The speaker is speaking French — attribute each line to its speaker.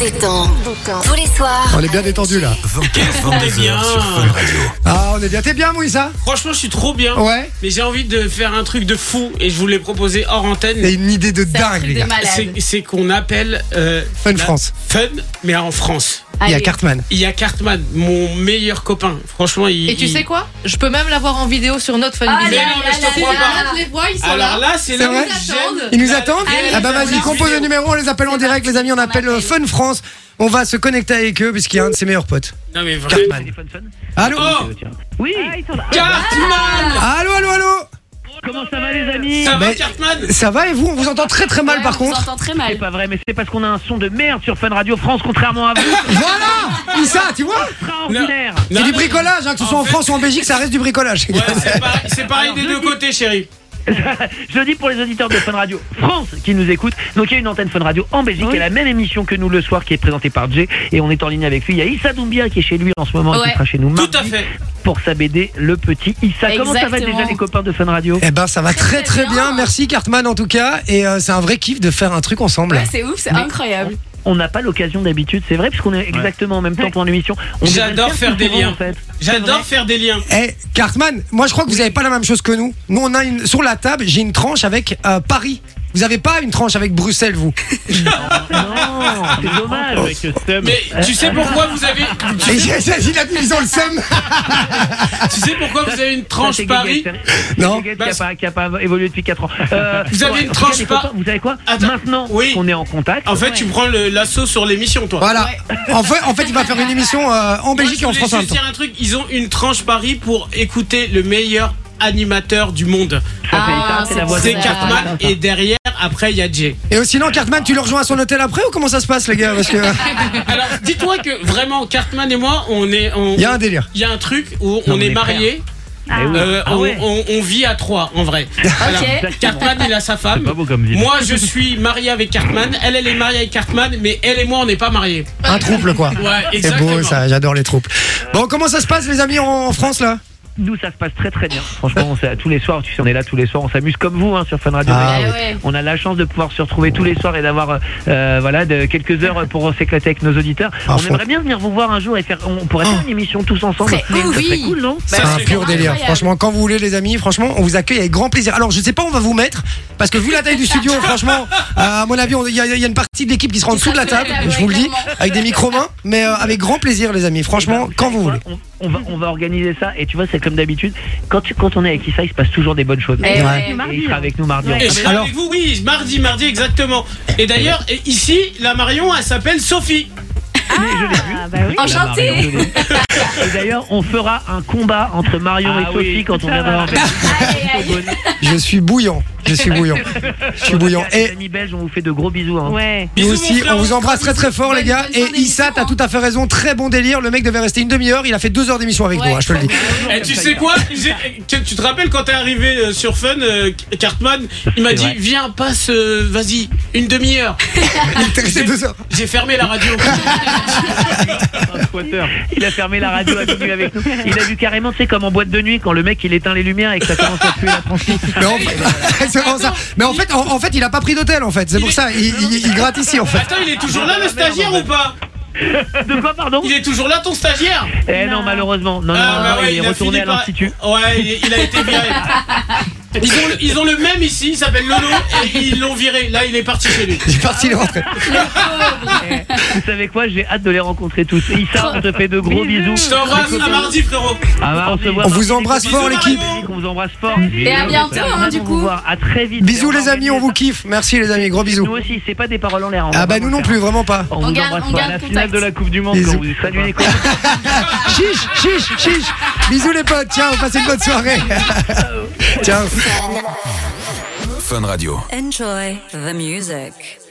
Speaker 1: détend. Tous les soirs.
Speaker 2: On est bien détendu là.
Speaker 3: 20h,
Speaker 4: Qu'est-ce qu'on est
Speaker 3: 22h sur
Speaker 4: bien.
Speaker 3: Fun Radio.
Speaker 2: Ah, on est bien. T'es bien, Mouissa
Speaker 4: Franchement, je suis trop bien.
Speaker 2: Ouais.
Speaker 4: Mais j'ai envie de faire un truc de fou et je vous l'ai proposé hors
Speaker 2: T'as
Speaker 4: antenne.
Speaker 2: une idée de
Speaker 5: C'est un
Speaker 2: dingue,
Speaker 5: truc
Speaker 2: les
Speaker 5: de
Speaker 2: gars.
Speaker 5: malade.
Speaker 4: C'est- C'est qu'on appelle euh,
Speaker 2: Fun
Speaker 4: la
Speaker 2: France.
Speaker 4: Fun, mais en France.
Speaker 2: Il y a
Speaker 5: Allez.
Speaker 2: Cartman.
Speaker 4: Il y a Cartman, mon meilleur copain. Franchement, il.
Speaker 5: Et tu
Speaker 4: il-
Speaker 5: sais quoi Je peux même l'avoir en vidéo sur notre fun
Speaker 4: Mais
Speaker 5: Vidéo.
Speaker 4: non, mais je te crois pas.
Speaker 5: les voix, ils sont
Speaker 4: Alors
Speaker 5: là.
Speaker 4: là, c'est là
Speaker 2: C'est
Speaker 4: où
Speaker 2: vrai
Speaker 4: j'aime.
Speaker 2: Ils nous attendent
Speaker 5: Allez,
Speaker 2: Ah bah
Speaker 5: c'est
Speaker 2: vas-y,
Speaker 5: parti.
Speaker 2: compose le numéro, on les appelle en direct, les amis. On appelle euh, Fun France. On va se connecter avec eux puisqu'il y a un de ses meilleurs potes.
Speaker 4: Non, mais vraiment.
Speaker 2: Cartman. Allô
Speaker 4: Oh
Speaker 6: Oui,
Speaker 5: Ah,
Speaker 4: Cartman
Speaker 2: Allô, allô, allô
Speaker 6: comment ça va les amis
Speaker 4: Ça va,
Speaker 2: Mais-
Speaker 4: Cartman
Speaker 2: Ça va et vous On vous entend très très mal par contre.
Speaker 5: entend très mal.
Speaker 6: C'est pas vrai, mais c'est parce qu'on a un son de merde sur Fun Radio France, contrairement à vous.
Speaker 2: Voilà Issa, tu vois
Speaker 6: Extraordinaire
Speaker 2: C'est
Speaker 4: Non,
Speaker 2: du
Speaker 4: mais-
Speaker 2: bricolage, hein, que ce soit en
Speaker 4: fait-
Speaker 2: France ou en Belgique, ça reste du bricolage. les
Speaker 4: Ouais,
Speaker 2: gars.
Speaker 4: c'est pareil, c'est pareil
Speaker 6: Alors,
Speaker 4: des
Speaker 6: je
Speaker 4: deux
Speaker 6: dis-
Speaker 4: côtés, chérie.
Speaker 6: Je le dis pour les auditeurs de Fun Radio France qui nous écoutent. Donc il y a une antenne Fun Radio en Belgique, qui a la même émission que nous le soir qui est présentée par Jay. Et on est en ligne avec lui. Il y a Issa Doumbia qui est chez lui en ce moment et
Speaker 5: Ouais.
Speaker 6: qui sera chez nous
Speaker 4: Tout
Speaker 6: mardi
Speaker 4: à fait.
Speaker 6: pour sa BD Le Petit Issa. Comment ça va
Speaker 5: Exactement.
Speaker 6: déjà les copains de Fun Radio
Speaker 2: Eh ben ça va très très
Speaker 5: très
Speaker 2: bien,
Speaker 5: bien.
Speaker 2: merci Cartman en tout cas, et euh, c'est un vrai kiff de faire un truc ensemble.
Speaker 5: c'est ouf, c'est incroyable.
Speaker 6: On n'a pas l'occasion d'habitude, c'est vrai, puisqu'on est exactement en même temps pendant l'émission. On devrait le
Speaker 4: Eh. J'adore faire
Speaker 6: plus
Speaker 4: des
Speaker 6: souvent,
Speaker 4: liens.
Speaker 6: en fait.
Speaker 4: J'adore faire des liens.
Speaker 2: Eh Cartman, moi je crois que vous n'avez pas la même chose que nous. Nous on a une sur la table, j'ai une tranche avec euh, Paris. Vous avez pas une tranche avec Bruxelles vous
Speaker 6: Non, c'est dommage.
Speaker 4: Oh. Mais tu sais pourquoi vous avez.
Speaker 2: Et j'ai- j'ai- Il a dit ils ont le seum.
Speaker 4: Tu sais pourquoi vous avez une
Speaker 6: Ça,
Speaker 4: tranche
Speaker 6: c'est
Speaker 4: Paris
Speaker 6: Gueguet, c'est-
Speaker 2: Non.
Speaker 6: c'est Gueguet
Speaker 4: Bah,
Speaker 6: qui a, pas, qui a pas évolué depuis 4 ans. Euh,
Speaker 4: Vous avez
Speaker 6: ouais,
Speaker 4: une
Speaker 6: en tout cas,
Speaker 4: tranche
Speaker 6: les
Speaker 4: pas-
Speaker 6: copains, Vous savez quoi
Speaker 4: Attends,
Speaker 6: Maintenant
Speaker 4: oui.
Speaker 6: qu'on est en contact.
Speaker 4: En fait, tu prends le- l'assaut sur l'émission, toi.
Speaker 2: Voilà. En fait, en fait, il va faire une émission euh, en
Speaker 4: Moi,
Speaker 2: Belgique et en
Speaker 4: je voulais
Speaker 2: France en même
Speaker 4: juste
Speaker 2: temps.
Speaker 4: dire un truc. Ils ont une tranche Paris pour écouter le meilleur animateur du monde.
Speaker 6: ça fait
Speaker 5: Ah,
Speaker 6: ça, c'est la
Speaker 5: c'est
Speaker 6: voix
Speaker 4: C'est
Speaker 6: de-
Speaker 4: Cartman et derrière, après, il y a Jay.
Speaker 2: Et euh, sinon Cartman, tu le rejoins à son hôtel après ou comment ça se passe les gars Parce que euh,
Speaker 4: Alors, dis-toi que vraiment, Cartman et moi, on est. on-
Speaker 2: il y a un délire.
Speaker 4: il y a un truc où on
Speaker 6: on
Speaker 4: est
Speaker 6: est
Speaker 4: mariés,
Speaker 6: Ah oui.
Speaker 4: euh,
Speaker 6: Ah
Speaker 4: on,
Speaker 6: ouais.
Speaker 4: on- on vit à trois en vrai. Voilà. Cartman il a sa femme.
Speaker 6: beau comme ville.
Speaker 4: Moi je suis marié avec Cartman, elle elle est mariée avec Cartman, mais elle et moi on n'est pas mariés.
Speaker 2: Un trouble quoi.
Speaker 4: Ouais,
Speaker 2: C'est
Speaker 4: exactement.
Speaker 2: beau ça, j'adore les troupes. Bon, comment ça se passe les amis en, en France là
Speaker 6: Nous, ça se passe très très bien. Franchement, on s'est- tous les soirs, tu sais, on est là tous les soirs, on s'amuse comme vous hein, sur Fun Radio.
Speaker 2: Ah,
Speaker 5: ouais. ouais.
Speaker 6: On a la chance de pouvoir se retrouver tous les soirs et d'avoir euh, euh, voilà de, quelques heures pour s'éclater avec nos auditeurs.
Speaker 2: Ah,
Speaker 6: on
Speaker 2: fou.
Speaker 6: aimerait bien venir vous voir un jour et faire. On
Speaker 4: Ah.
Speaker 6: pourrait faire une émission tous ensemble.
Speaker 5: C'est
Speaker 4: oh
Speaker 6: Ça
Speaker 5: ouf.
Speaker 6: serait cool, non
Speaker 2: C'est
Speaker 4: Bah,
Speaker 2: un
Speaker 4: c'est
Speaker 2: pur délire.
Speaker 5: incroyable.
Speaker 2: Franchement, quand vous voulez, les amis, franchement, on vous accueille avec grand plaisir. Alors, je sais pas, où on va vous mettre parce que vu la taille du studio, franchement, euh, à mon avis, on- il y, a il y a une partie de l'équipe qui sera en dessous de la table. Je vous le dis, avec des micro mains, mais euh, avec grand plaisir, les amis. Franchement,
Speaker 6: Eh ben,
Speaker 2: quand vous
Speaker 6: savez
Speaker 2: voulez.
Speaker 6: quoi On, on va, on va organiser ça. Et tu vois, c'est comme d'habitude. Quand, tu- quand on est avec Issa, il se passe toujours des bonnes choses.
Speaker 5: Eh
Speaker 6: Et
Speaker 5: ouais.
Speaker 6: il sera avec nous mardi.
Speaker 4: Et je serai
Speaker 2: Alors-
Speaker 4: avec vous, oui, mardi, mardi exactement. Et d'ailleurs, et ici, la Marion, elle s'appelle Sophie.
Speaker 5: Enchanté.
Speaker 6: Marion, je l'ai vu. Et d'ailleurs, on fera un combat entre Marion
Speaker 4: Ah
Speaker 6: et Sophie quand on viendra en fait.
Speaker 5: Aïe, aïe.
Speaker 2: Je suis bouillant. Je suis bouillant. Je suis bouillant.
Speaker 6: Les
Speaker 2: Et
Speaker 6: amis belges, on vous fait de gros bisous. hein.
Speaker 7: Ouais.
Speaker 2: nous
Speaker 4: Bisous, mon
Speaker 2: aussi,
Speaker 4: frère.
Speaker 2: on vous embrasse très très fort, les gars.
Speaker 5: Bonne
Speaker 2: Et
Speaker 5: fin d'émission,
Speaker 2: Issa, t'as
Speaker 5: hein.
Speaker 2: tout à fait raison. Très bon délire. Le mec devait rester une demi-heure. Il a fait deux heures d'émission avec
Speaker 5: Ouais,
Speaker 2: nous, hein, je te le dis.
Speaker 4: Et Eh, tu sais quoi J'ai- que- Tu te rappelles quand t'es arrivé euh, sur Fun, euh, Cartman, il m'a
Speaker 6: C'est
Speaker 4: dit
Speaker 6: vrai.
Speaker 4: viens, passe, euh, vas-y, une demi-heure.
Speaker 2: Il était resté deux heures.
Speaker 4: J'ai fermé la radio.
Speaker 6: Il a fermé la radio à minuit avec nous. Il a vu carrément, tu sais, comme en boîte de nuit, quand le mec il éteint les lumières et que ça commence à puer la franchise.
Speaker 2: Mais en fait, c'est vraiment ça. Mais en fait, en, en fait, il a pas pris d'hôtel, en fait. C'est pour ça. Il, il- il gratte ici, en fait.
Speaker 4: Attends, il est toujours là le stagiaire ou pas
Speaker 6: De quoi, pardon
Speaker 4: Il est toujours là ton stagiaire
Speaker 6: Eh non, malheureusement. Non, non,
Speaker 4: Ah,
Speaker 6: non,
Speaker 4: bah
Speaker 6: non,
Speaker 4: ouais,
Speaker 6: il
Speaker 4: il
Speaker 6: est
Speaker 4: a
Speaker 6: retourné à
Speaker 4: fini par-
Speaker 6: l'institut.
Speaker 4: Ouais, il, il a été viré. Ils ont, le- ils ont le même ici, il s'appelle Lolo, et ils l'ont viré. Là, il est parti chez lui.
Speaker 2: Il est parti, il est rentré.
Speaker 6: Vous savez quoi J'ai hâte de les rencontrer tous. Issa, on te fait de gros bisous.
Speaker 4: Je t'embrasse à mardi, frérot.
Speaker 6: Ah bah, on se voit.
Speaker 2: On vous embrasse
Speaker 4: Bisous,
Speaker 2: fort, l'équipe.
Speaker 4: Mario.
Speaker 6: On vous embrasse fort.
Speaker 5: Et à bientôt, hein, du
Speaker 6: On
Speaker 5: coup.
Speaker 6: vous voit. À très vite.
Speaker 2: Bisous,
Speaker 6: Et
Speaker 2: les
Speaker 6: va
Speaker 2: amis, on vous
Speaker 6: organiser
Speaker 2: kiffe. Merci, les amis, gros
Speaker 6: ça.
Speaker 2: bisous.
Speaker 6: Nous aussi, c'est pas des paroles en l'air. on va
Speaker 2: Ah bah
Speaker 6: vraiment
Speaker 2: nous non
Speaker 6: faire.
Speaker 2: plus, vraiment pas.
Speaker 6: On, vous
Speaker 5: garde-
Speaker 6: embrasse
Speaker 5: on
Speaker 6: fort.
Speaker 5: garde
Speaker 6: la finale
Speaker 5: contact.
Speaker 6: de la Coupe du Monde.
Speaker 2: Bisous.
Speaker 6: quand vous saluez les copains. Ah.
Speaker 2: Chiche, chiche, chiche. Bisous les potes, ciao, passez une bonne soirée. ciao.
Speaker 3: Fun Radio.
Speaker 1: Enjoy the music.